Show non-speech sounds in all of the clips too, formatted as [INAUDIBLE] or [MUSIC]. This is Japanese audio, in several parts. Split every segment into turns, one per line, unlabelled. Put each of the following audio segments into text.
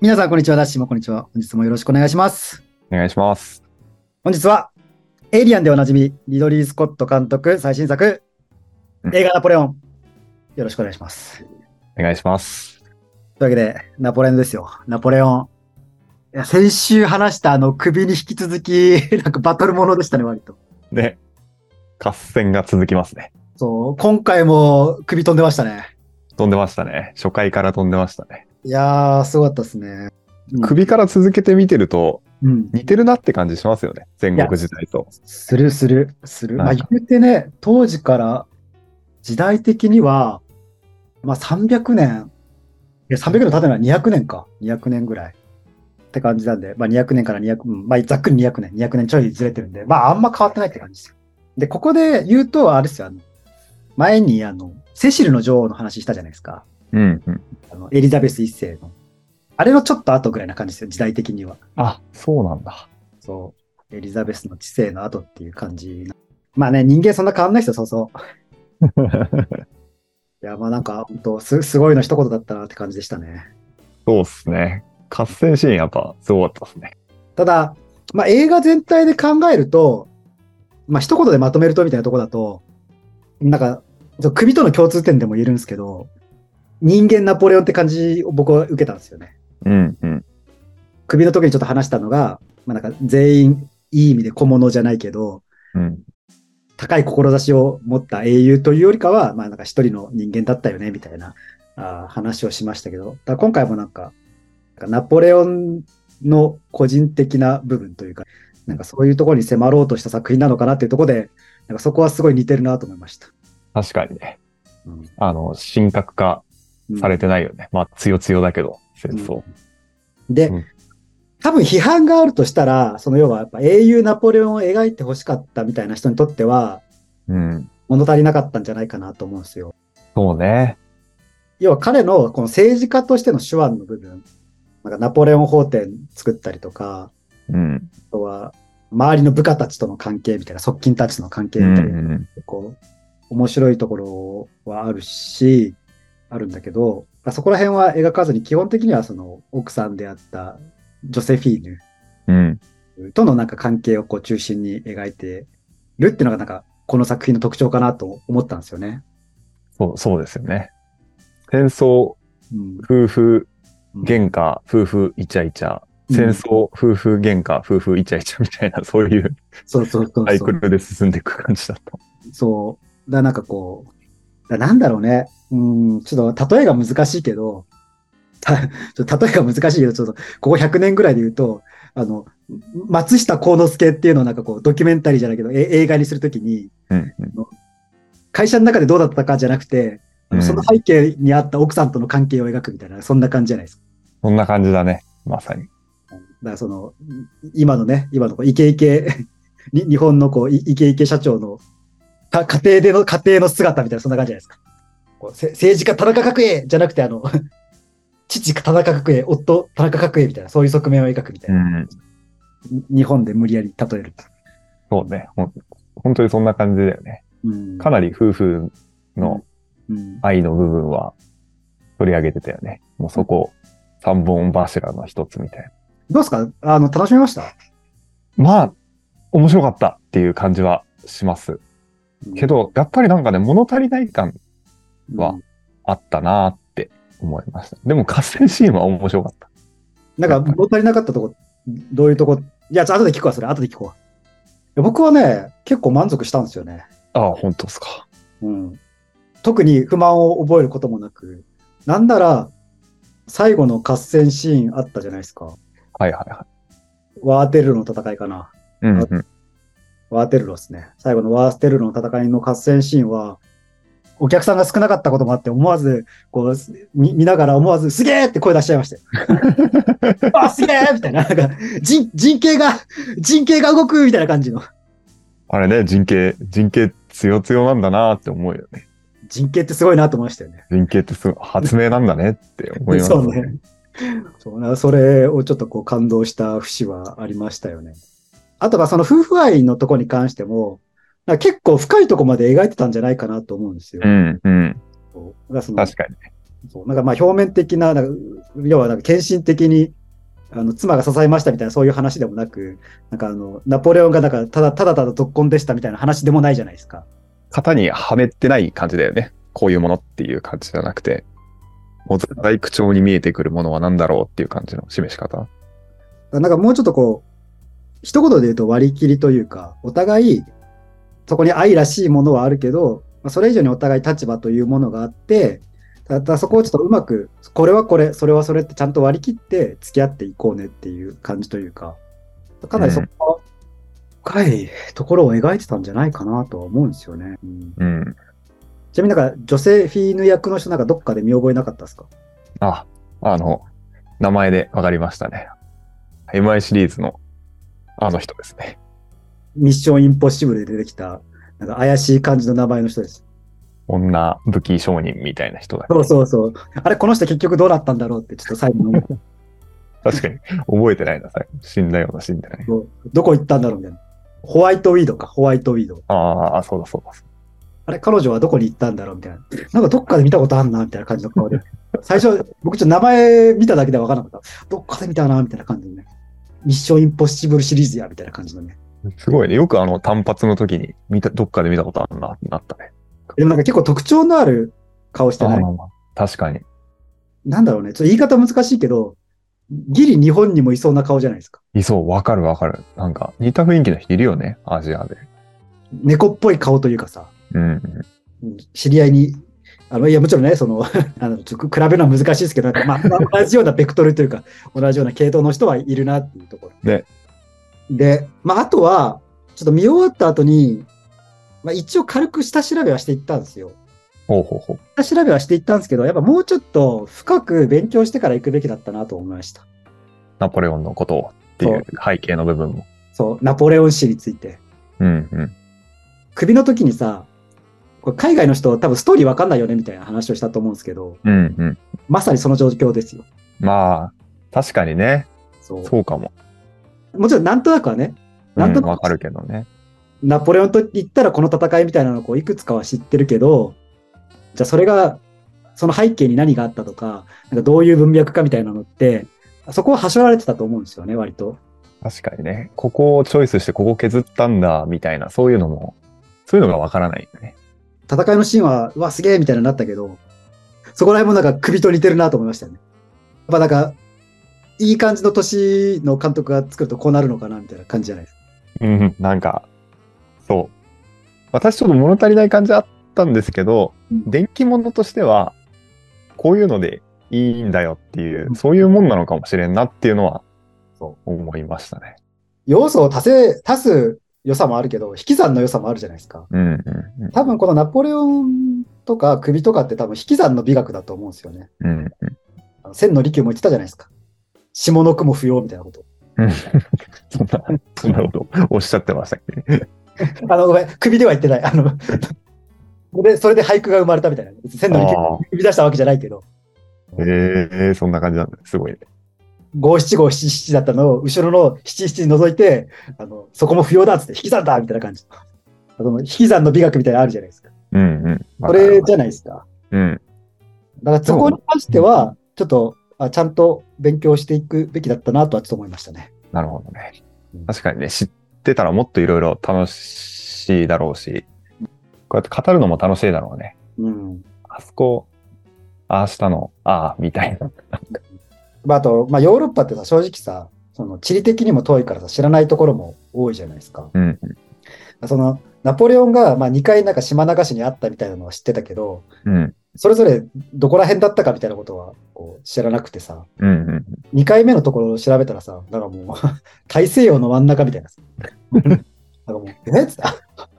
皆さん、こんにちは。ダッシュもこんにちは。本日もよろしくお願いします。
お願いします。
本日は、エイリアンでおなじみ、リドリー・スコット監督最新作、
うん
映画ナポレオン。よろしくお願いします。
お願いします。
というわけで、ナポレオンですよ。ナポレオン。いや先週話したあの首に引き続き、 [LAUGHS] なんかバトルものでしたね、割と。
で、合戦が続きますね。
そう、今回も首飛んでましたね。
飛んでましたね。初回から飛んでましたね。
いやー、すごかったですね。うん
首から続けて見てると、
うん。
似てるなって感じしますよね。戦国時代と。
するする、する。ま
は
あ
い
言うてね、当時から時代的には、まあ300年、いや300年経ってない、200年か。200年ぐらい。って感じなんで、まあ200年から200、うんまあざっくり200年、200年ちょいずれてるんで、まああんま変わってないって感じですよ。で、ここで言うと、あれですよ、あの、前にあの、セシルの女王の話したじゃないですか。
うん、うん。
あのエリザベス一世の。あれのちょっと後ぐらいな感じですよ、時代的には。
あ、そうなん [LAUGHS] だ。
そう。エリザベスの知性の後っていう感じ。まあね、人間そんな変わんないですよ、そうそう。いや、まあなんか、本当す、すごいの一言だったなって感じでしたね。
そうっすね。合戦シーンやっぱすごかったっすね。
ただ、まあ映画全体で考えると、まあ一言でまとめるとみたいなとこだと、なんか、そう首との共通点でも言えるんですけど、人間ナポレオンって感じを僕は受けたんですよね。
うん、うん。
首の時にちょっと話したのが、まあなんか全員いい意味で小物じゃないけど、
うん。
高い志を持った英雄というよりかは、まあなんか一人の人間だったよね、みたいなあー話をしましたけど、ただ今回もなんか、なんかナポレオンの個人的な部分というか、なんかそういうところに迫ろうとした作品なのかなっていうところで、なんかそこはすごい似てるなと思いました。
確かにね。
うん
あの、神格化されてないよね。まあ、強強だけど、戦争。
で、
うん
多分批判があるとしたら、その要はやっぱ英雄ナポレオンを描いてほしかったみたいな人にとっては、
うん。
物足りなかったんじゃないかなと思うんですよ。
そうね。
要は彼のこの政治家としての手腕の部分、なんかナポレオン法典作ったりとか、
うん。
あとは周りの部下たちとの関係みたいな、側近たちとの関係
う
み
ん
た
う
いな、
ん。
こう、面白いところはあるし、あるんだけど、まあそこら辺は描かずに基本的にはその奥さんであったジョセフィー
うん。
ヌとのなんか関係をこう中心に描いてるっていうのがなんかこの作品の特徴かなと思ったんですよね。
そう、そうですよね。戦争
うん、
夫婦
うん
喧嘩、夫婦イチャイチャ、
うん
戦争、夫婦喧嘩、夫婦イチャイチャみたいな、 [LAUGHS] そういう
そうそうそうそう。
サイクルで進んでいく感じだっ
そう。だからなんかこう、だからなんだろうね。うん、ちょっと例えが難しいけど、 [LAUGHS] たちょっと例えが難しいけど、ちょっとここ100年ぐらいで言うと、あの、松下幸之助っていうのをなんかこう、ドキュメンタリーじゃないけど、え映画にするときに、
た。うんうん
会社の中でどうだったかじゃなくて、あの
うん
その背景にあった奥さんとの関係を描くみたいな、そんな感じじゃないですか。
そんな感じだね、まさに。
だからその、今のね、今のこうイケイケ、 [LAUGHS] に日本のこうイイケイケ社長のか家庭での、家庭の姿みたいな、そんな感じじゃないですか。こうせ政治家田中角栄じゃなくて、あの、 [LAUGHS] 父田中角栄、夫田中角栄みたいな、そういう側面を描くみたいな。
ん、
に日本で無理やり例えると。
そうねほん。本当にそんな感じだよね。
うん
かなり夫婦の
うん
愛の部分は取り上げてたよね。もうそこ、三本柱の一つみたいな。
どうですかあの、楽しめました
まあ、面白かったっていう感じはします。け、ど、やっぱりなんかね、物足りない感
うん
はあったなーって思いました。でも、合戦シーンは面白かった。
なんか、物足りなかったとこ、どういうとこ、いや、ちょ後で聞くわ、それ、後で聞くわ。いや僕はね、結構満足したんですよね。
ああ、本当ですか。
うん、特に不満を覚えることもなく、なんなら、最後の合戦シーンあったじゃないですか。
はいはいは
ワーテルロの戦いかな。
い。うんうん。
ワーテルロですね。最後のワーテルロの戦いの合戦シーンは、お客さんが少なかったこともあって、思わず、こう、す見見ながら思わず、すげえって声出しちゃいましたよ。あ、すげえみたいな、なんか、人、人形が、人形が動くみたいな感じの。
あれね、人形、人形強強なんだなーって思うよね。
人形ってすごいなと思いましたよね。
人形ってすごい発明なんだねって思います、
そうね。そうな、それをちょっとこう感動した節はありましたよね。あとはその夫婦愛のとこに関しても、なんか結構深いとこまで描いてたんじゃないかなと思うんですよ。
うんうん。
そうだからその
確かに。
そうなんかまあ表面的な、なんか要はなんか献身的にあの妻が支えましたみたいなそういう話でもなく、なんかあのナポレオンがなんかただただただ続婚でしたみたいな話でもないじゃないですか。
型にはめてない感じだよね。こういうものっていう感じじゃなくて、もう絶対口調に見えてくるものは何だろうっていう感じの示し方。
なんかもうちょっとこう、一言で言うと割り切りというか、お互い、そこに愛らしいものはあるけど、まあ、それ以上にお互い立場というものがあって、ただそこをちょっとうまく、これはこれ、それはそれってちゃんと割り切って付き合っていこうねっていう感じというか、かなりそこは深いところを描いてたんじゃないかなとは思うんですよね。うん
うん。
ちなみになんか女性フィーヌ役の人なんかどっかで見覚えなかったですか
あ、あの、名前でわかりましたね。MI シリーズのあの人ですね。
ミッションインポッシブルで出てきた、なんか怪しい感じの名前の人です。
女武器商人みたいな人だ。
そうそうそう。あれ、この人結局どうなったんだろうって、ちょっと最後の、
確かに。覚えてないな、最後死んだような、死んでない。
ど [LAUGHS] こ行ったんだろうみたいな。ホワイトウィードか、ホワイトウィード。
ああ、そうだそうだ。
あれ、彼女はどこに行ったんだろうみたいな。なんかどっかで見たことあんな、みたいな感じの顔で。最初、僕ちょっと名前見ただけでは分からなかった。どっかで見たな、みたいな感じでね。ミッションインポッシブルシリーズや、みたいな感じのね。
すごいね。よくあの単発の時に見た、どっかで見たことあるなってなったね。
でもなんか結構特徴のある顔してない。
ああ確かに。
なんだろうね。ちょっと言い方難しいけど、ギリ日本にもいそうな顔じゃないですか。
いそう、わかるわかる。なんか似た雰囲気の人いるよね、アジアで。
猫っぽい顔というかさ。
うんうん。
知り合いに、あのいやもちろんね、その [LAUGHS] あのちょっと比べるのは難しいですけど、なんかまあ、まあ同じようなベクトルというか、同じような系統の人はいるなっていうところ。
ね
で、まあ、あとは、ちょっと見終わった後に、まあ、一応軽く下調べはしていったんですよ。
ほうほうほう。
下調べはしていったんですけど、やっぱもうちょっと深く勉強してから行くべきだったなと思いました。
ナポレオンのことをっていう背景の部分も。
そう、ナポレオン氏について。
うんうん。
首の時にさ、これ海外の人多分ストーリーわかんないよねみたいな話をしたと思うんですけど、
うんうん。
まさにその状況ですよ。
まあ、確かにね。
そう
そうかも。
もちろんなんとなくはね、
う
なん
ん、
と
わ
な
か
く
るけどね。
ナポレオンと言ったらこの戦いみたいなのをこういくつかは知ってるけど、じゃあそれが、その背景に何があったとか、なんかどういう文脈かみたいなのって、そこははしょられてたと思うんですよね、割と。
確かにね。ここをチョイスして、ここ削ったんだ、みたいな、そういうのも、そういうのがわからないよね。
戦いのシーンは、うわ、すげえみたいなのになったけど、そこら辺もなんか首と似てるなと思いましたよね。やっぱなんか、いい感じの年の監督が作るとこうなるのかなみたいな感じじゃないですか。
うんうん、なんか、そう。私ちょっと物足りない感じあったんですけど、
うん
電気物としては、こういうのでいいんだよっていうう、
ん
そういうもんなのかもしれんなっていうのは、そう思いましたね。
要素を足せ、足す良さもあるけど、引き算の良さもあるじゃないですか。
うんうんうん。
多分このナポレオンとか首とかって多分引き算の美学だと思うんですよね。
うんうん、
あの千の利休も言ってたじゃないですか。下の句も不要みたいなこと。
そんな、
[LAUGHS]
そんなことおっしゃってましたっけ
あの、ごめん、首では言ってない。あの、で、それで俳句が生まれたみ [LAUGHS] たいな。別に千の利休
ああ
を生み出したわけじゃないけど、
ええそんな感じなんだ。すごいね。
五七五七七だったのを、後ろの七七に除いて、あの、そこも不要だっつって引き算だみたいな感じ。その引き算の美学みたいなのあるじゃないですか。
うんうん。
それじゃないですか。
うん。
だからそこに関しては、ちょっと、あちゃんと勉強していくべきだったなとはちょっと思いましたね。
なるほどね
うん。
確かにね、知ってたらもっといろいろ楽しいだろうし、こうやって語るのも楽しいだろうね。
うん。
あそこ、ああしたの、ああ、みたいな。
まあ、あと、まあ、ヨーロッパってさ、正直さ、その地理的にも遠いからさ、知らないところも多いじゃないですか。
うん。
その、ナポレオンが、まあ、2回なんか島流しにあったみたいなのは知ってたけど、
うん。
それぞれどこら辺だったかみたいなことはこう知らなくてさ、
うんうん。
2回目のところを調べたらさ、なんかもう、 [LAUGHS] 大西洋の真ん中みたいなさ。なんかもう、えっつって、あ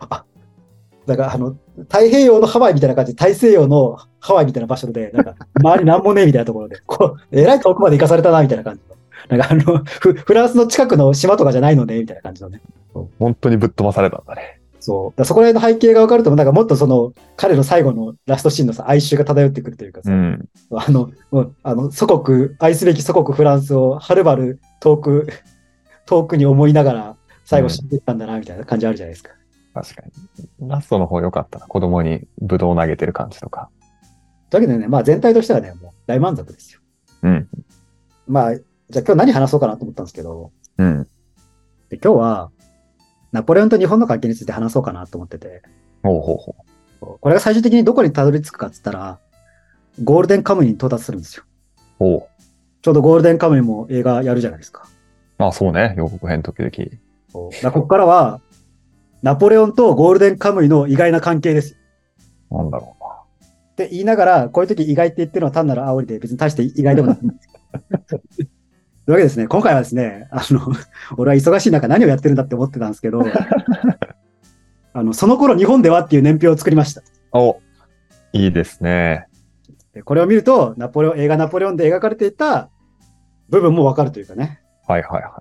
あなんかあの、太平洋のハワイみたいな感じで、大西洋のハワイみたいな場所で、なんか、周りなんもねえみたいなところで、 [LAUGHS] こう、えらい遠くまで行かされたな、みたいな感じの。なんかあの、フフランスの近くの島とかじゃないのね、みたいな感じのね。
本当にぶっ飛ばされたんだね。
そう。だからそこら辺の背景が分かると、なんかもっとその、彼の最後のラストシーンのさ、哀愁が漂ってくるというかさ、
うん。
あの、もうあの、祖国、愛すべき祖国フランスをはるばる遠く、 [LAUGHS] 遠くに思いながら、最後死んでったんだな、みたいな感じあるじゃないですか。
確かに。ラストの方良かったな。子供にブドウ投げてる感じとか。
というわけでね、まあ全体としてはね、もう大満足ですよ。
うん。
まあ、じゃあ今日何話そうかなと思ったんですけど、
うん。
で今日は、ナポレオンと日本の関係について話そうかなと思ってて、
ほうほうほ
これが最終的にどこにたどり着くかって言ったら、ゴールデンカムイに到達するんですよ。
う。ほう。
ちょうどゴールデンカムイも映画やるじゃないですか。
まあそうね。予告編時々。
そうだからここからは、ナポレオンとゴールデンカムイの意外な関係です。
なんだろう
って言いながら、こういう時意外って言ってるのは単なる煽りで、別に大して意外でもない。というわけでですね、今回はですね、あの、 [LAUGHS] 俺は忙しい中何をやってるんだって思ってたんですけど、 [LAUGHS] あの、その頃日本ではっていう年表を作りました。
な。お、いいですね。
でこれを見ると、ナポレオン、映画ナポレオンで描かれていた部分もわかるというかね。
はいはいは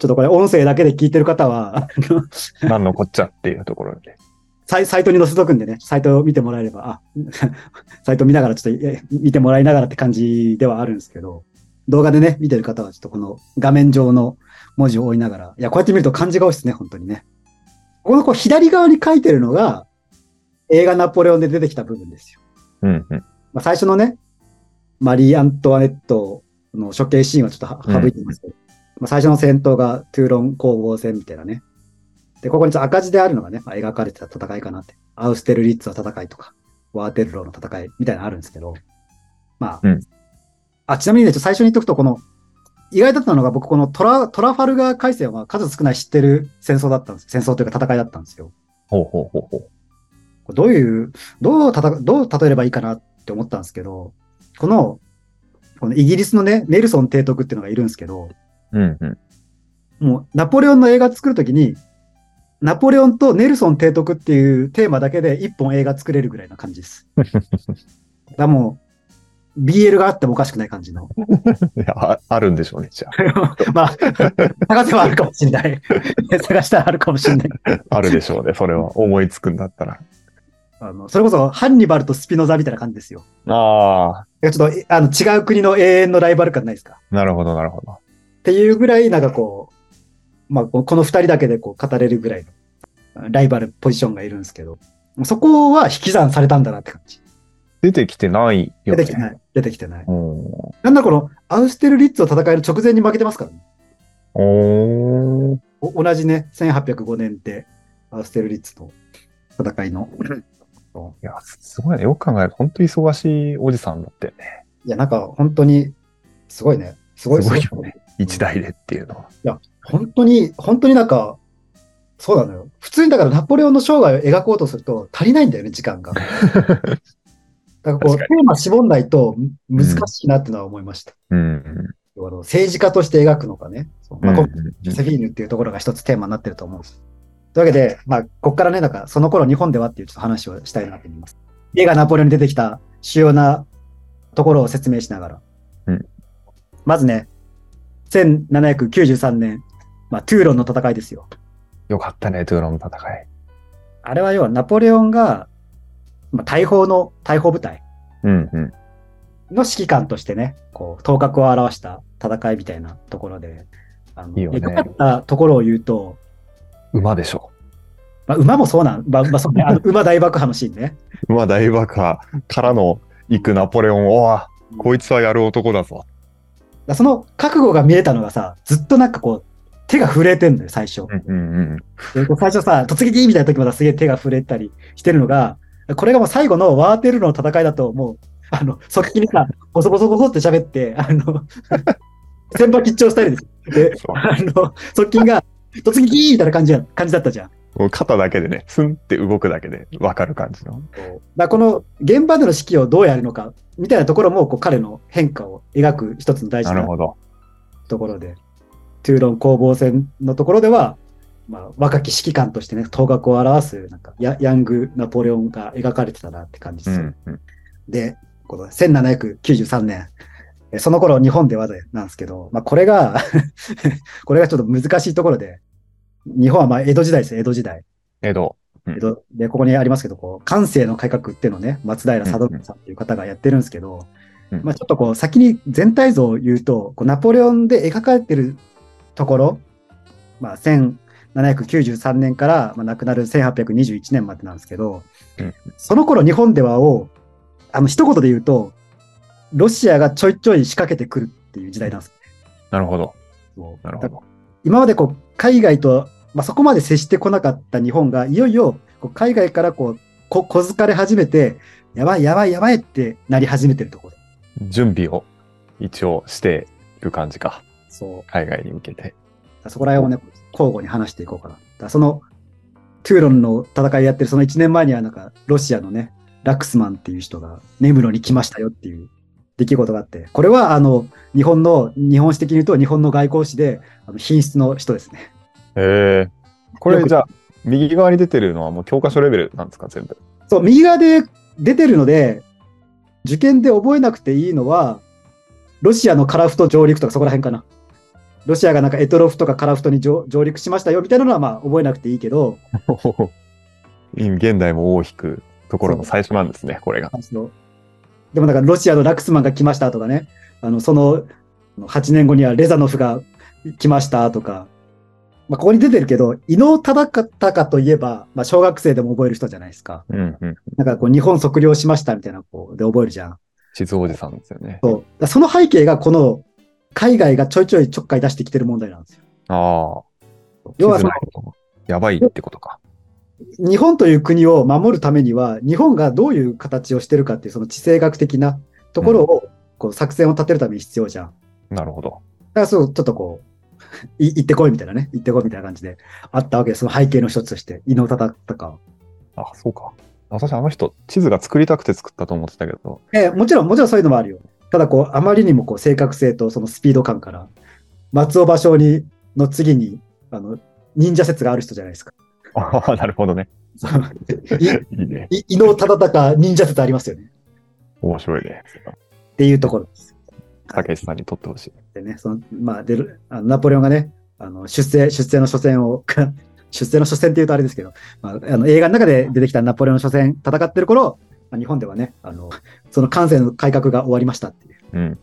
ちょっとこれ音声だけで聞いてる方は、あの
い。何のこっちゃっていうところで。
サイサイトに載せとくんでね、サイトを見てもらえれば、あ、 [LAUGHS] サイト見ながらちょっとえ見てもらいながらって感じではあるんですけど、動画でね、見てる方はちょっとこの画面上の文字を追いながら、いや、こうやって見ると漢字が多いですね、本当にね。ここのこう左側に書いてるのが、映画ナポレオンで出てきた部分ですよ。
うんうん。
まあ、最初のね、マリー・アントワネットの処刑シーンはちょっとは省いてますけど、まあ、最初の戦闘がトゥーロン攻防戦みたいなね。で、ここにちょっと赤字であるのがね、まあ、描かれてた戦いかなって。アウステルリッツの戦いとか、ワーテルローの戦いみたいなのあるんですけど、まあ、
うん
あちなみにね、ちょっと最初に言っとくと、この、意外だったのが僕、このトラトラファルガー海戦は数少ない知ってる戦争だったんです。戦争というか戦いだったんですよ。
ほうほうほうほう。
これどういう、どうたた、どう例えればいいかなって思ったんですけど、この、このイギリスのね、ネルソン提督っていうのがいるんですけど、
うんうん。
もうナポレオンの映画作るときに、ナポレオンとネルソン提督っていうテーマだけで一本映画作れるぐらいな感じです。だからもう、BL があってもおかしくない感じの。
いやああるんでしょうね、 [LAUGHS] じゃ
まあ、探せばあるかもしれない。 [LAUGHS] 探したらあるかもしれない。
あ。あるでしょうね、それは。思いつくんだったら。
あのそれこそ、ハンニバルとスピノザみたいな感じですよ。
あ
いやちょっとえあの違う国の永遠のライバル感ないですか
あ、なるほど、なるほど。
っていうぐらい、なんかこう、まあ、ここの二人だけでこう語れるぐらいのライバルポジションがいるんですけど、そこは引き算されたんだなって感じ。
出てきてない
出
よ、ね。
てきてない。出てきてない。
おー
なんだこの、アウステルリッツを戦える直前に負けてますからね。
おー
お同じね、1805年って、アウステルリッツと戦いの。
いや、すすごいね。よく考えると、本当忙しいおじさんだったよね。
いや、なんか本当に、すごいね。すごい
すごいよ
すごい
ね。一台でっていうのは。
本当に、本当になんか、そうなのよ。普通にだからナポレオンの生涯を描こうとすると足りないんだよね、時間が。 [LAUGHS] だからこう、
確
テ
かに
ーマ絞んないとむ難しいなってのは思いました。
うん。
要はあの政治家として描くのかね。そうまあ、こうジョセ
う
フィーヌっていうところが一つテーマになってると思うんです。というわけで、まあ、こっからね、なんか、その頃日本ではっていうちょっと話をしたいなと思います。映画ナポレオンに出てきた主要なところを説明しながら。
うん
まずね、1793年、まあ、トゥーロンの戦いですよ。
よかったね、トゥーロンの戦い。
あれは要はナポレオンが、まあ、大砲の、大砲部隊
うんう
の
ん。
指揮官としてね、こう、頭角を表した戦いみたいなところで、あの、
いいよね
良かったところを言うと、
馬でしょ。
まあ、馬もそうなん、まあ、まあ、そうね、あの馬大爆破のシーンね。
馬大爆破からの行くナポレオン。おわ、こいつはやる男だぞ。
だからその覚悟が見えたのがさ、ずっとなんかこう、手が震えてんのよ、最初。
うんうんうん。
でこう最初さ、突撃みたいな時まだすげえ手が震えたりしてるのが、これがもう最後のワーテルの戦いだと、もう、あの、即帰にさ、ボソボソボソって喋って、あの、 [LAUGHS] 先輩吉祥スタイルです。で、
そう
あの、側近が、突撃みたいな感じや感じだったじゃん。
もう肩だけでね、スンって動くだけで分かる感じの。
だからこの現場での指揮をどうやるのか、みたいなところも、こう、彼の変化を描く一つの大事
なる
な
ほど。
ところで、トゥーロン攻防戦のところでは、まあ、若き指揮官としてね、頭角を表す、なんかヤ、ヤングナポレオンが描かれてたなって感じ
う
ですよ。
んうん。
で、この1793年、えその頃日本ではなんですけど、まあ、これが、 [LAUGHS] これがちょっと難しいところで、日本はまあ江戸時代です、江戸時代。
江戸。
江戸で、ここにありますけど、こう、感性の改革っていうのをね、松平定信さんっていう方がやってるんですけど、
うん
まあちょっとこう、先に全体像を言うと、こうナポレオンで描かれてるところ、まあ1793年から、まあ、亡くなる1821年までなんですけど、
うん
その頃日本ではを、あの、一言で言うと、ロシアがちょいちょい仕掛けてくるっていう時代なんです。
なるほど。
そう
なる
だから
ほど。
今までこう、海外と、まあ、そこまで接してこなかった日本が、いよいよ、こう海外からこう、こ、小づかれ始めて、やばいやばいやばいってなり始めてるところ。
準備を一応してる感じか。
そう。
海外に向けて。
そこら辺をね、交互に話していこうかな。だからその、トゥーロンの戦いやってるその1年前には、なんか、ロシアのね、ラクスマンっていう人が、ネムロに来ましたよっていう出来事があって、これは、あの、日本の、日本史的に言うと、日本の外交史で、あの品質の人ですね。
ええこ
よ
れ
く
じゃあ、右側に出てるのはもう教科書レベルなんですか、全部。
そう、右側で出てるので、受験で覚えなくていいのは、ロシアのカラフト上陸とかそこら辺かな。ロシアがなんかエトロフとかカラフトに上上陸しましたよみたいなのはまあ覚えなくていいけど、
現代も大きくところの最初なんですね、これが。
あのでもなんかロシアのラクスマンが来ましたとかね、あのその8年後にはレザノフが来ましたとか、まあ、ここに出てるけど、伊能忠敬といえば、まあ、小学生でも覚える人じゃないですか。
うんうん。
なんかこう日本測量しましたみたいなこうで覚えるじゃん。
地図おじさんですよね。
そう。だからその背景がこの海外がちょいちょいちょっかい出してきてる問題なんですよ。
ああ。
要はその
地図のことやばいってことか。
日本という国を守るためには、日本がどういう形をしてるかっていうその地政学的なところを、こう作戦を立てるために必要じゃん。だ
なるほど。
からそう、ちょっとこう、い行ってこいみたいなね、行ってこいみたいな感じであったわけです。その背景の一つとして、伊能忠敬。
あ、そうか。私、あの人、地図が作りたくて作ったと思ってたけど、
ええもちろん、もちろんそういうのもあるよ。ただこう、あまりにもこう正確性とそのスピード感から、松尾芭蕉にの次に、あの、忍者説がある人じゃないですか。
[LAUGHS] ああ、なるほどね。
そう
いいね。
い伊能忠敬忍者説ありますよね。
面白いね。
っていうところです。
たけしさんにとってほしい。
でね、そのまあ、でるあのナポレオンがね、あの出世、出世の初戦を、 [LAUGHS] 出世の初戦っていうとあれですけど、まあ、あの映画の中で出てきたナポレオンの初戦戦ってる頃、まあ、日本ではね、あのその感性の改革が終わりましたっていう、
うん。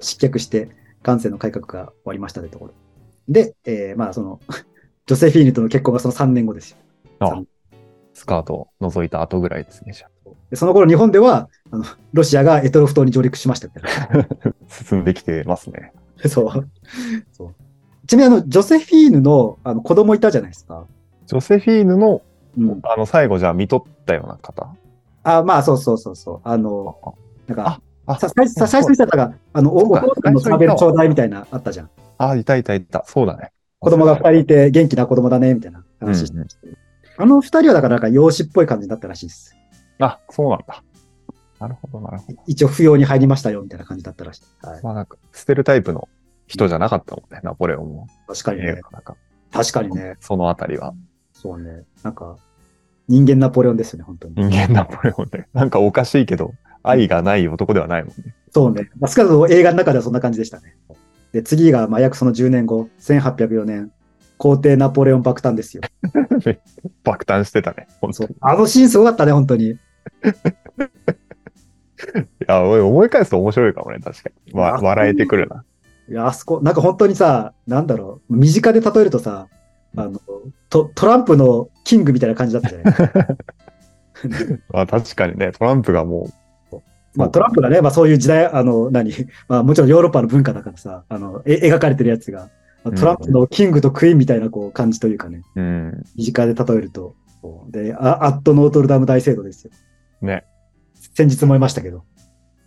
失脚して感性の改革が終わりましたってところ。で、えーまあその、ジョセフィーヌとの結婚がその3年後ですよ。
あスカートを覗いた後ぐらいですね、じゃ
でその頃日本ではあの、ロシアがエトロフ島に上陸しましたみたいな。
あ進んできてますね。
[LAUGHS] そう。そうちなみにあの、ジョセフィーヌのあの子供いたじゃないですか。
ジョセフィーヌの、
うん。
あの、最後、じゃあ、見とったような方。
あ、まあ、そうそうそうそう。あの、なんか、
あ
さ最初最初にしたが、あの、お
そう
お
か
父さんの
最
食
初
べ
にいた
る
わ
ちょうだいみたいな、あったじゃん。
あ、いたいたいた。そうだね。
子供が二人いて元気な子供だね、みたいな話して、
うんうん
あの二人はだからなんか養子っぽい感じになったらしいです。
あ、そうなんだ。なるほど、なるほど。
一応扶養に入りましたよ、みたいな感じだったらしい。はい。
まあ、なんか、ステルタイプの人じゃなかったもんね、ナポレオンも。
確かに
映
ね。
画なんか、
確かにね。
そのあたりは。
そうね。なんか、人間ナポレオンですよね、本当に。
人間ナポレオンで。なんかおかしいけど、愛がない男ではないもんね。
そうね。まあ、少なくとも映画の中ではそんな感じでしたね。で、次が、まあ、約その10年後、1804年、皇帝ナポレオン爆誕ですよ。
爆誕してたね。本
そ
当
う
に。
あのシーンすごかったね、本当に。
いや、おい思い返すと面白いかもね、確かに。わ
あ
笑えてくるな。
いや、あそこ、なんか本当にさ、なんだろう、身近で例えるとさ、あの、トトランプのキングみたいな感じだったじゃない
まあ、確かにね、トランプがもう。
まあ、トランプがね、まあそういう時代、あの、何、 [LAUGHS] まあもちろんヨーロッパの文化だからさ、あの、え描かれてるやつが、まあトランプのキングとクイーンみたいなこう感じというかね、
うん。
身近で例えると、そうで、あアットノートルダム大聖堂ですよ。
ね。
先日も言いましたけど。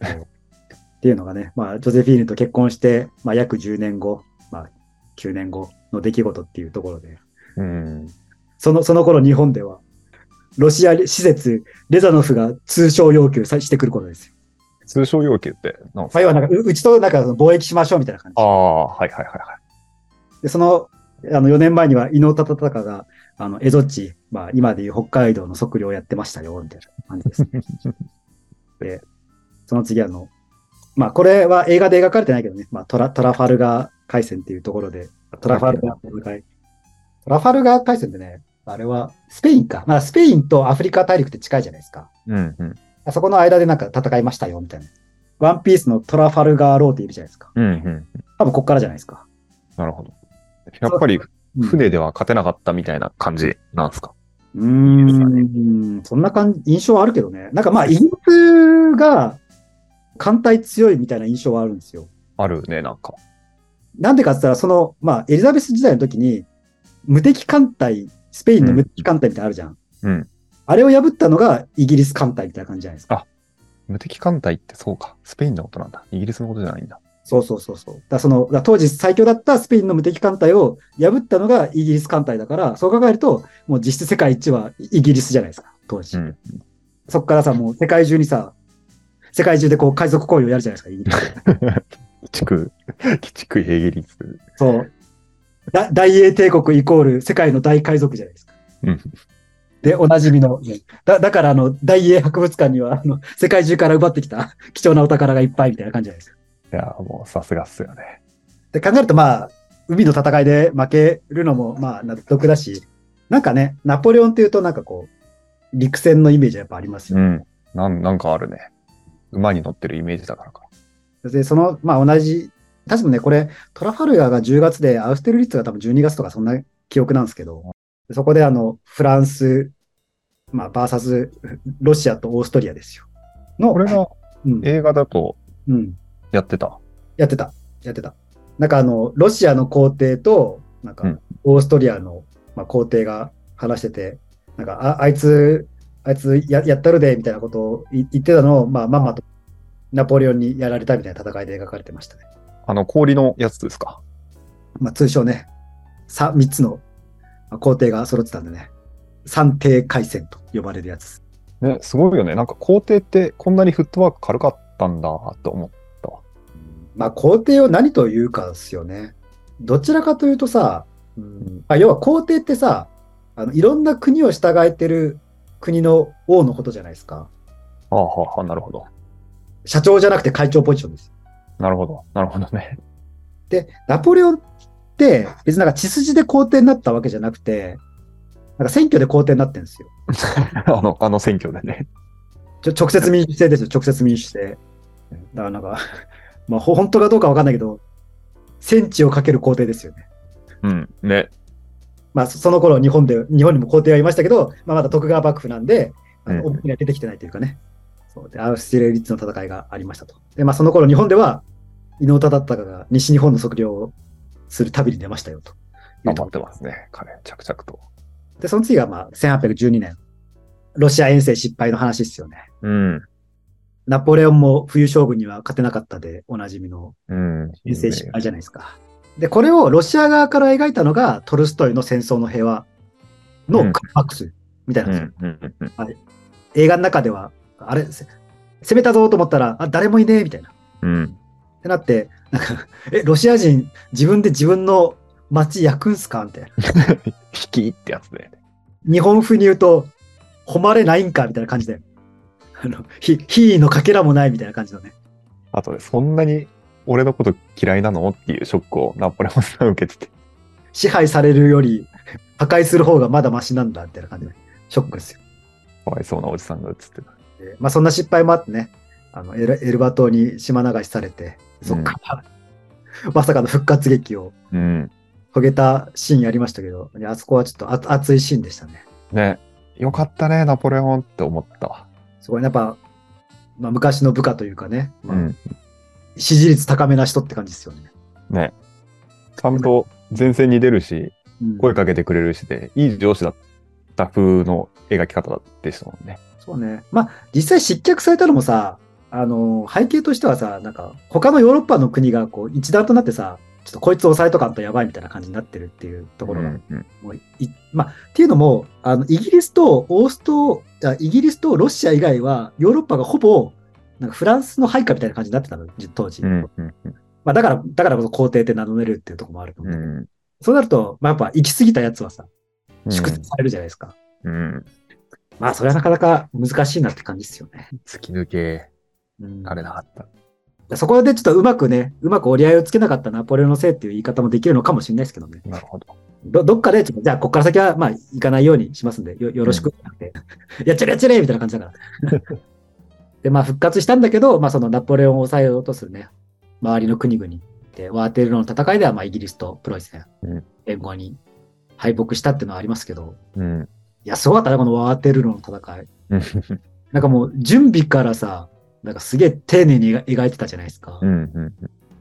っていうのがね、まあ、ジョゼフィーヌと結婚して、まあ、約10年後、まあ、9年後の出来事っていうところで、
うん。
その、その頃日本では、ロシア施設、レザノフが通商要求さしてくることですよ。
通商要求って、なん
まあ、要はなんか、ううちとなんか貿易しましょうみたいな感
あ
じ。
あ、はいはいはいはい。
で、その、あの、4年前には、伊能忠敬が、あの、蝦夷地、まあ、今でいう北海道の測量をやってましたよ、みたいな感じです。 [LAUGHS] で、その次あの、まあこれは映画で描かれてないけどね、まあトラトラファルガー海戦っていうところで、トラファルガー海戦。トラファルガー海戦ってね、あれはスペインか。まあスペインとアフリカ大陸って近いじゃないですか。
うんうん。
あそこの間でなんか戦いましたよ、みたいな。ワンピースのトラファルガーローっているじゃないですか。
うんうん。
多分こっからじゃないですか。
なるほど。やっぱり、
うん
船では勝てなかったみたいな感じなんですか。
うーん、そんな感じ、印象はあるけどね。なんかまあ、イギリスが艦隊強いみたいな印象はあるんですよ。
あるね、なんか。
なんでかって言ったら、その、まあ、エリザベス時代の時に、無敵艦隊、スペインの無敵艦隊みたいなのあるじゃん。
うん
あれを破ったのがイギリス艦隊みたいな感じじゃないですか。
無敵艦隊ってそうか。スペインのことなんだ。イギリスのことじゃないんだ。
そうそうそうそう。だからその、だから当時最強だったスペインの無敵艦隊を破ったのがイギリス艦隊だから、そう考えると、もう実質世界一はイギリスじゃないですか、当時。
うん
そっからさ、もう世界中にさ、世界中でこう海賊行為をやるじゃないですか、イギリス。
鬼畜、 [LAUGHS] 鬼畜ヘーゲリス。
そう。だ大英帝国イコール世界の大海賊じゃないですか。
うん
で、おなじみの。だだから、あの、大英博物館には、あの、世界中から奪ってきた貴重なお宝がいっぱいみたいな感じじゃないですか。
いや、もうさすがっすよね。
で考えると、まあ、海の戦いで負けるのも、まあ、納得だし、なんかね、ナポレオンっていうと、なんかこう、陸戦のイメージはやっぱありますよね
うん。なんなんかあるね。馬に乗ってるイメージだからか。
で、その、まあ同じ、確かね、これ、トラファルガーが10月で、アウステルリッツが多分12月とか、そんな記憶なんですけど、そこであの、フランス、まあ、バーサス、ロシアとオーストリアですよ。の、
これが
うん、
映画だと
うん、
やってた。
やってた、やってた。なんかあの、ロシアの皇帝と、なん
う
か
ん、
オーストリアの、まあ、皇帝が話してて、なんか、ああいつ、あいつややったるで、みたいなことを言言ってたのを、まあ、ママとナポレオンにやられたみたいな戦いで描かれてましたね。
あの、氷のやつですか。
まあ、通称ね、さ三つのまあ工程が揃ってたんでね、三帝回戦と呼ばれるやつ。
ね、すごいよね。なんか皇帝ってこんなにフットワーク軽かったんだと思う。
まあ、工程を何というかですよね。どちらかというとさ、うんまあ、要は皇帝ってさあの、いろんな国を従えてる国の王のことじゃないですか。
ああ、はあはあ、なるほど。
社長じゃなくて会長ポジションです。
なるほど。なるほどね。 [LAUGHS]
で、ナポレオンって別になんか血筋で皇帝になったわけじゃなくて、なんか選挙で皇帝になってるんですよ。
あの、あの選挙でね。
ちょ直接民主制ですよ、直接民主制。だからなんか、 [LAUGHS] まあ、ほ本当かどうかわかんないけど、戦地をかける皇帝ですよね。
うん。ね。
まあ、そその頃日本で、日本にも皇帝はいましたけど、まあ、まだ徳川幕府なんで、あの
うん
表には出てきてないというかね、そうでアウスティレリッツの戦いがありましたと。で、まあ、その頃日本では、伊能忠敬が西日本の測量をする旅に出ましたよという
頑
と
張っ
こ
てますね。彼、着々と。
で、その次がまあ1812年、ロシア遠征失敗の話ですよね。
うん。
ナポレオンも冬将軍には勝てなかったでおなじみの
うん。
遠征失敗じゃないですか。で、これをロシア側から描いたのが、トルストイの戦争の平和の
うん
クライマックスみたいな
うんん
ですよ、
うんうん
映画の中では、あれ、せ攻めたぞと思ったら、あ、誰もいねえみたいな。っ
うん。
てなって、なんか、え、ロシア人、自分で自分の街焼くんすかみたいな。
引きってやつで。
日本風に言うと、誉れないんかみたいな感じで。あの、ひ、ひのかけらもないみたいな感じのね。
あとね、そんなに俺のこと嫌いなのっていうショックをナポレオンさん受けてて。
支配されるより、破壊する方がまだマシなんだ、みたいな感じで。ショックですよ。
かわいそうなおじさんが映ってた。
でまあ、そんな失敗もあってね、あのエルエルバ島に島流しされて、そっから、 [LAUGHS] まさかの復活劇を
うん。
遂げたシーンありましたけど、いやあそこはちょっとあ熱いシーンでしたね。
ね。よかったね、ナポレオンって思ったわ。
すごい、やっぱ、まあ、昔の部下というかね、ま
う
あ
ん。
支持率高めな人って感じですよね。
ね。ちゃんと前線に出るし、
うん
声かけてくれるしで、いい上司だった風の描き方でしたもんね。
そうね。まあ、実際失脚されたのもさ、あの背景としてはさ、なんか、他のヨーロッパの国がこう一団となってさ、ちょっとこいつ抑えとかんとやばいみたいな感じになってるっていうところが
うんうん
もういまあ、っていうのもあの、イギリスとオーストあ、イギリスとロシア以外は、ヨーロッパがほぼ、なんかフランスの配下みたいな感じになってたの、じ当時。
うんうん
まあ、だから、だからこそ皇帝って名乗れるっていうところもあると思
う
う。
ん
そうなると、まあ、やっぱ行き過ぎたやつはさ、
うん
粛清されるじゃないですか。
うん。
まあ、それはなかなか難しいなって感じですよね。
突き抜け
うん
られなかった。
そこでちょっとうまくね、うまく折り合いをつけなかったナポレオンのせいっていう言い方もできるのかもしれないですけどね。
なるほど。
どどっかでちょっと、じゃあ、ここから先は、まあ、行かないようにしますんで、よよろしくって、やっちゃれやっちゃれみたいな感じだから。
[LAUGHS]
で、まあ、復活したんだけど、まあ、そのナポレオンを抑えようとするね、周りの国々で、ワーテルロの戦いでは、まあ、イギリスとプロイセン
うん、
連合に敗北したっていうのはありますけど、
うん。
いや、すごかったね、このワーテルロの戦い。
うん
なんかもう、準備からさ、なんかすげえ丁寧に描いてたじゃないですか。
うんうん。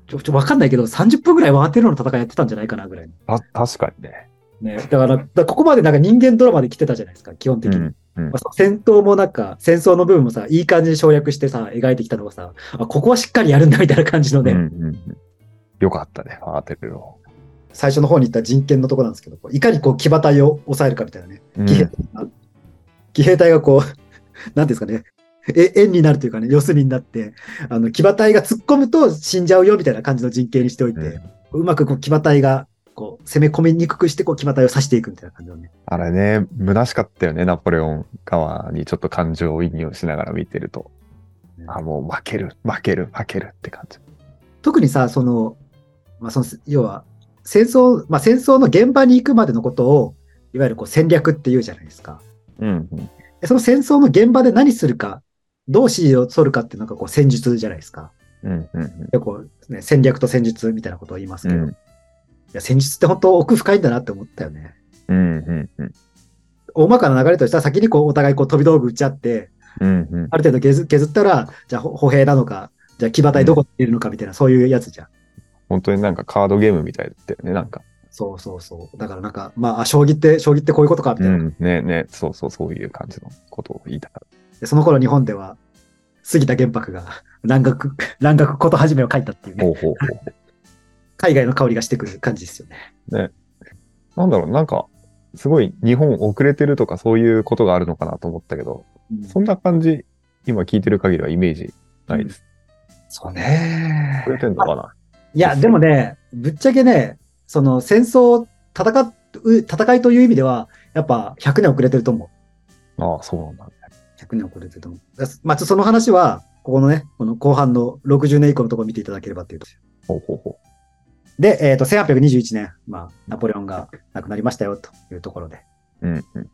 ちょ、ちょ、わかんないけど、30分ぐらいワーテルロの戦いやってたんじゃないかな、ぐらいの。
た、確かにね。
ね。だから、だからここまでなんか人間ドラマで来てたじゃないですか、基本的
う
に。
ん。うん
まあ、そう戦闘もなんか、戦争の部分もさ、いい感じに省略してさ、描いてきたのがさ、あ、ここはしっかりやるんだみたいな感じの
うん
ね、
うん。よかったね、ワーテルロ。
最初の方に言った人権のとこなんですけど、こういかにこう、騎馬隊を抑えるかみたいなね、
うん
騎兵隊が、騎兵隊がこう、 [LAUGHS] なんていうんですかね、え、円になるというかね、四隅になって、あの、騎馬隊が突っ込むと死んじゃうよみたいな感じの陣形にしておいて、
うん
うまくこう、騎馬隊が、こう、攻め込みにくくして、こう、騎馬隊を刺していくみたいな感じのね。
あれね、虚しかったよね、ナポレオン側にちょっと感情を移入しながら見てると。あ、もう負ける、負ける、負けるって感じ。
特にさ、その、まあ、その、要は、戦争、まあ、戦争の現場に行くまでのことを、いわゆるこう戦略っていうじゃないですか。
うん、うん。
でその戦争の現場で何するか、どう指示を取るかっていうのがこう戦術じゃないですか。
うん、うん
でこうね、戦略と戦術みたいなことを言います
うん。う
けど、
ん
いや戦術って本当奥深いんだなって思ったよね。
うんうんうん。
大まかな流れとしては先にこうお互いこう飛び道具打ち合って、
うんうん。
ある程度削削ったら、じゃあ歩歩兵なのか、じゃあ騎馬隊どこに入れるのかみたいな、そういうやつじゃん。
本当になんかカードゲームみたいだったよね、なんか。
そうそうそう。だからなんか、まあ、あ将棋って、将棋ってこういうことか、みた
う
いな、
ん。ねね、そうそう、そういう感じのことを言いたかっ
でその頃日本では、杉田玄白が、 [LAUGHS] 蘭学、蘭学こと始めを書いたっていう
た。ほ
ね、
うほうほ
海外の香りがしてくる感じですよね。
う。なんだろう、なんか、すごい日本遅れてるとかそういうことがあるのかなと思ったけど、
うん
そんな感じ、今聞いてる限りはイメージないです。
そうね
遅れてんのかない
や、でもね、ぶっちゃけね、その戦争、戦う、戦いという意味では、やっぱ100年遅れてると思
ああ、そうなんだね。
う。100年遅れてると思う。だまあ、ちょその話は、ここのね、この後半の60年以降のところ見ていただければっていうと。
ほうほうほ
で、えっ、と、1821年、まあ、ナポレオンが亡くなりましたよ、というところで。
う。うんうん。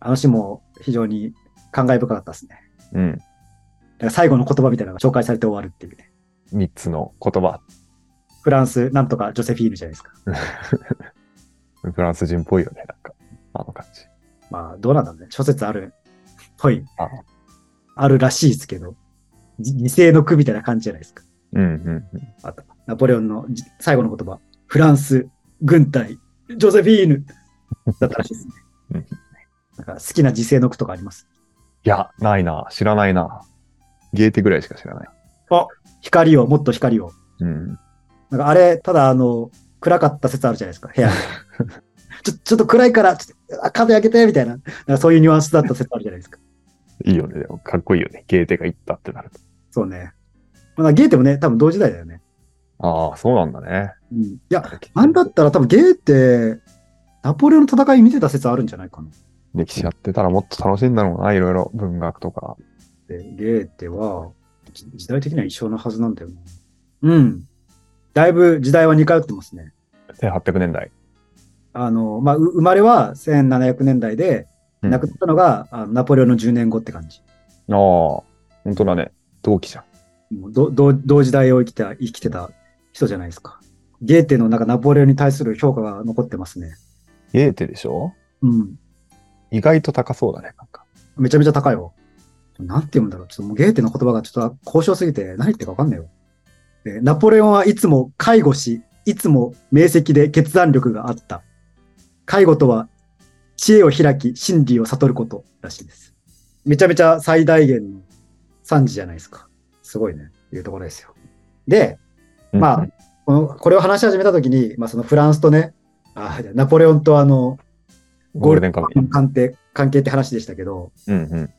あの詩も非常に感慨深かったですね。
う
だ
ん。
から最後の言葉みたいなのが紹介されて終わるっていうね。
三つの言葉。
フランス、なんとかジョセフィーヌじゃないですか。
フランス人っぽいよね、なんか。あの感じ。
まあ、どうなんだろうね。諸説ある、ぽい
あ、
あるらしいですけど、じ二世の句みたいな感じじゃないですか。
うんうんうん。
あと、ナポレオンのじ最後の言葉、フランス、軍隊、ジョセフィーヌだったらしいですね
うん。
なんか好きな時世の句とかあります
いや、ないな。知らないな。ゲーテぐらいしか知らない。
光を、もっと光を。
うん。
なんかあれ、ただあの、暗かった説あるじゃないですか、部
[LAUGHS]
屋が。ちょちょっと暗いから、ちょっとあ風開けて、みたいな。なんかそういうニュアンスだった説あるじゃないですか。
いいよね。でもかっこいいよね。ゲーテが行ったってなると。
そうね。まあ、ゲーテもね、多分同時代だよね。
ああ、そうなんだね。
うん。いや、なんだったら多分ゲーテ、ナポレオンの戦い見てた説あるんじゃないかな。
歴史やってたらもっと楽しいんだろうな。いろいろ文学とか。
でゲーテは、じ時代的には一緒のはずなんだよな。うん。だいぶ時代は似通ってますね。
1800年代。
あの、まあ、う生まれは1700年代で、
うん
亡くなったのが、あのナポレオンの10年後って感じ。
ああ、本当だね。同期じゃん。
もうど同同時代を生きた生きてた人じゃないですか。ゲーテのなんかナポレオンに対する評価が残ってますね。
ゲーテでしょ
うん。
意外と高そうだね。なんか。
めちゃめちゃ高いわ。なんて読むんだろう。ちょっともうゲーテの言葉がちょっと高尚すぎて何言ってるかわかんないよ。でナポレオンはいつも介護し、いつも明晰で決断力があった。介護とは知恵を開き、真理を悟ることらしいです。めちゃめちゃ最大限の惨事じゃないですか。すごいね。いうところですよ。で、まあ
うん
このこれを話し始めたときに、まあ、そのフランスとね、あじゃあナポレオンとあの
ゴールデンカムイ。
の関係関係って話でしたけど、
うんうん。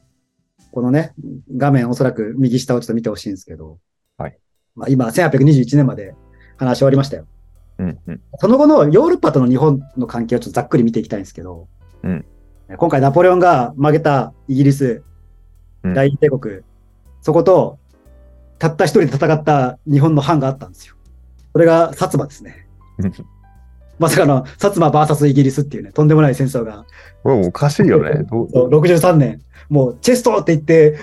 このね、画面、おそらく右下をちょっと見てほしいんですけど、
はい
まあ、今、1821年まで話終わりましたよ。
うんうん。
その後のヨーロッパとの日本の関係をちょっとざっくり見ていきたいんですけど、
うん
今回、ナポレオンが負けたイギリス、
うん
大英帝国、そこと、たった一人で戦った日本の藩があったんですよ。それが薩摩ですね。
うん
まさかの薩摩 VS イギリスっていうね、とんでもない戦争が、
これおかしいよね。ど
[LAUGHS]
う
そう63年、もうチェストって言って、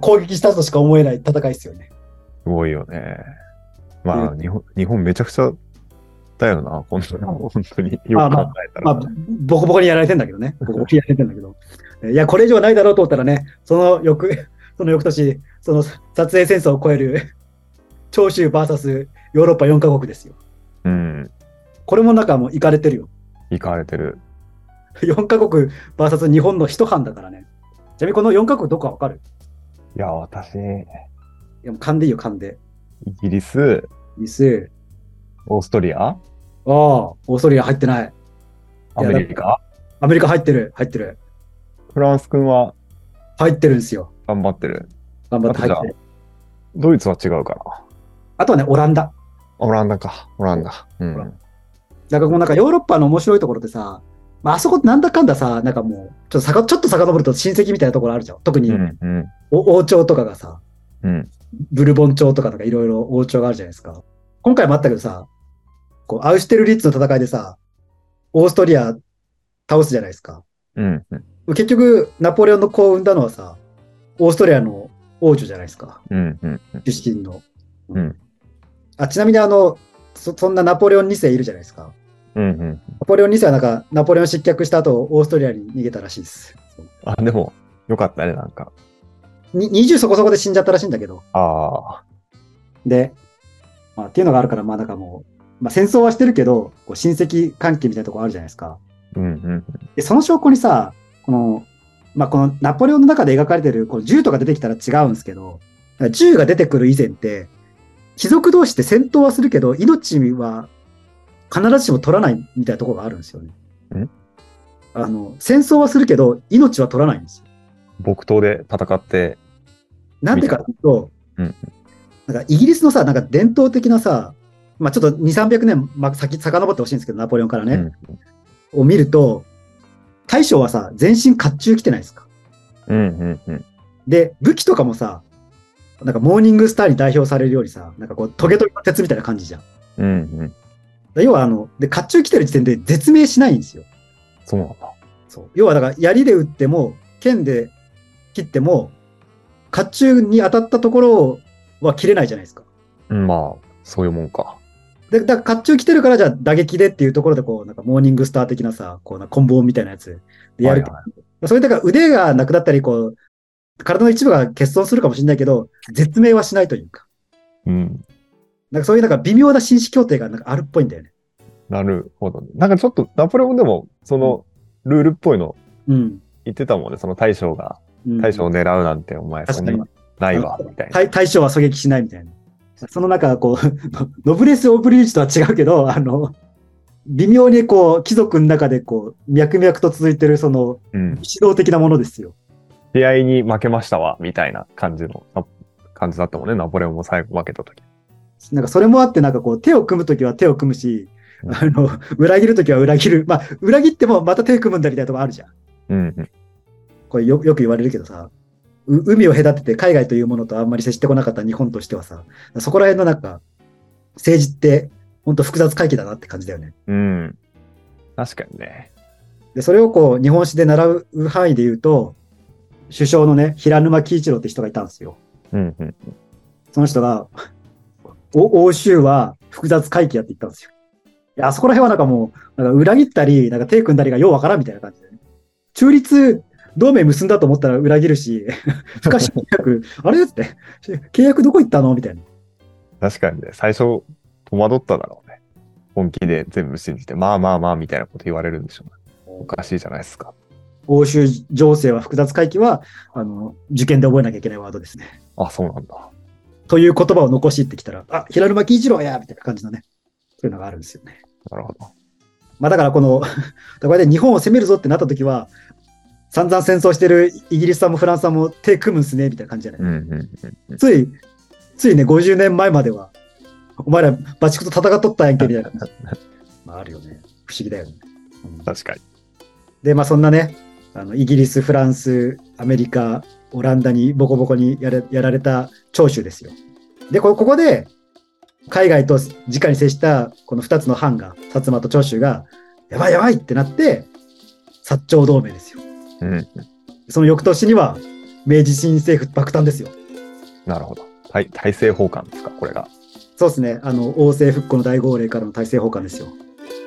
攻撃したとしか思えない戦いですよね。
すごいよね。まあ、日本、日本めちゃくちゃったよな、こんなの、本当に。よく考えた
ま
ら。
あ、ボコボコにやられてんだけど
[LAUGHS]
ね。ボコボコにやられてんだけど。いや、これ以上ないだろうと思ったらね、その翌、 [LAUGHS] その翌年、その撮影戦争を超える、 [LAUGHS] 長州 VS ヨーロッパ4カ国ですよ。
うん。
これもなんかもう行かれてるよ。
行かれてる。
4カ国 VS 日本の一班だからね。ちなみにこの4カ国どこかわかる
いや、私、
い
イ
や、もう勘でいいよ、勘で。
ギリス、
イス、
オーストリア、
ああ、オーストリア入ってない。
アメリカ、
アメリカ入ってる、入ってる。
フランス君は
入ってるんですよ。
頑張ってる。
頑張って入
あ
っ
と
て
じ
る。
ドイツは違うかな。
あとはね、オランダ。
オランダか、オランダ。う
ほら
ん。
なんかもうなんかヨーロッパの面白いところってさ、まあ、あそこってなんだかんださ、なんかもう、ちょっとさか、ちょっと遡ると親戚みたいなところあるじゃん。特に
うん、うん、
お王朝とかがさ、
うん。
ブルボン朝とかとかいろいろ王朝があるじゃないですか。今回もあったけどさ、こう、アウシュテルリッツの戦いでさ、オーストリア倒すじゃないですか。
うん、うん
結局、ナポレオンの子を生んだのはさ、オーストリアの王女じゃないですか。
うん、うん。
出身の。
うん
あちなみにあのそ、そんなナポレオン2世いるじゃないですか。
うん、うん。
ナポレオン2世はなんか、ナポレオン失脚した後、オーストリアに逃げたらしいです。
あ、でも、よかったね、なんか。
に20そこそこで死んじゃったらしいんだけど。
ああ、
で、まあ、っていうのがあるから、まあなんかもう、まあ、戦争はしてるけど、こう親戚関係みたいなとこあるじゃないですか。
うん、うん。
で、その証拠にさ、この、まあこのナポレオンの中で描かれてる、この銃とか出てきたら違うんですけど、銃が出てくる以前って、貴族同士って戦闘はするけど、命は必ずしも取らないみたいなところがあるんですよね
ん。
あの、戦争はするけど、命は取らないんですよ
木刀で戦って、
なんでかっていうと、
うん
なんかイギリスのさ、なんか伝統的なさ、まあ、ちょっと2、300年ま先遡ってほしいんですけど、ナポレオンからね、を見ると、大将はさ、全身甲冑着てないですか。
うん、うん、うん。
で、武器とかもさ、なんかモーニングスターに代表されるよりさ、なんかこう、トゲトゲの鉄みたいな感じじゃん。
うん、うん。
要はあの、で、甲冑着てる時点で絶命しないんですよ。
そうなんだ。
そう。要はだから、槍で撃っても、剣で切っても、甲冑に当たったところは切れないじゃないですか。
うんまあ、そういうもんか。
で、だから、甲冑着てるから、じゃあ、打撃でっていうところで、こう、なんか、モーニングスター的なさ、こう、なんか、コンボみたいなやつでやるけど、
は
それだから、腕がなくなったり、こう、体の一部が欠損するかもしれないけど、絶命はしないというか、
うん。
なんか、そういうなんか、微妙な紳士協定が、なんか、あるっぽいんだよね。
なるほどね。なんかちょっと、ナポレオンでも、その、ルールっぽいの
うん。
言ってたもんね。その大将が、
うん
大将を狙うなんて、お前、そ
確
ん
か
な
に。
ないわ、みたいな。
対対象は狙撃しないみたいな。その中、こう、ノ [LAUGHS] ブレス・オブリージュとは違うけど、あの、微妙にこう、貴族の中でこう、脈々と続いてる、その、
うん。
指導的なものですよ。
試合に負けましたわ、みたいな感じの、な感じだったもんね。ナポレオンも最後負けた時。
なんかそれもあって、なんかこう、手を組むときは手を組むし、
うん
あの、 [LAUGHS] 裏切るときは裏切る。まあ、裏切ってもまた手を組むんだみたいなとこあるじゃん。
うん、うん。
これよよく言われるけどさ、う海を隔てて海外というものとあんまり接してこなかった日本としてはさ、そこら辺のなんか、政治って、本当複雑回帰だなって感じだよね。
うん。確かにね。
で、それをこう、日本史で習う範囲で言うと、首相のね、平沼喜一郎って人がいたんですよ。
うん、うん。
その人が、お欧州は複雑回帰やって言ったんですよ。いや、あそこら辺はなんかもう、なんか裏切ったり、なんか手組んだりがようわからんみたいな感じで、ね。中立同盟結んだと思ったら裏切るし、不可侵契約、 [LAUGHS] あれって、契約どこ行ったのみたいな。
[LAUGHS] 確かにね、最初、戸惑っただろうね。本気で全部信じて、まあまあまあ、みたいなこと言われるんでしょうね。おかしいじゃないですか。
欧州情勢は複雑回帰は、あの、受験で覚えなきゃいけないワードですね。
あ、そうなんだ。
という言葉を残しってきたら、あ、平沼喜一郎やみたいな感じのね、そういうのがあるんですよね。
なるほど。
まあだからこの、 [LAUGHS] これで日本を攻めるぞってなった時は、散々戦争してるイギリスさんもフランスさんも手組むんすね、みたいな感じじゃない、
うんうん。
つい、ついね、50年前までは、お前らバチクと戦っとったやんけ、みたいな。 [LAUGHS] まああるよね。不思議だよね。うん
確かに。
で、まあそんなね、あのイギリス、フランス、アメリカ、オランダにボコボコにやれやられた長州ですよ。で、こここで、海外と直に接したこの2つの藩が、薩摩と長州が、やばいやばいってなって、薩長同盟ですよ。
うん。
その翌年には、明治新政府爆誕ですよ。
なるほど。体体制奉還ですか、これが。
そうですね。あの、王政復古の大号令からの体制崩壊ですよ。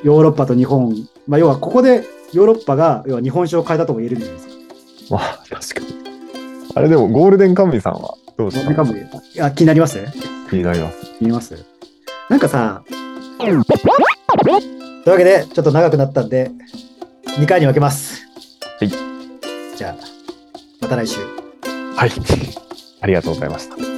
ヨーロッパと日本、まあ、要はここでヨーロッパが、要は日本酒を変えたとも言えるんじゃないですか。
まあ、確かに。あれでも、ゴールデンカムイさんはどうです
なんか
か
もういや気になります
気になります。
見えますなんかさ、というわけで、ちょっと長くなったんで、2回に分けます。
はい。
じゃあ、また来週。
はい。ありがとうございました。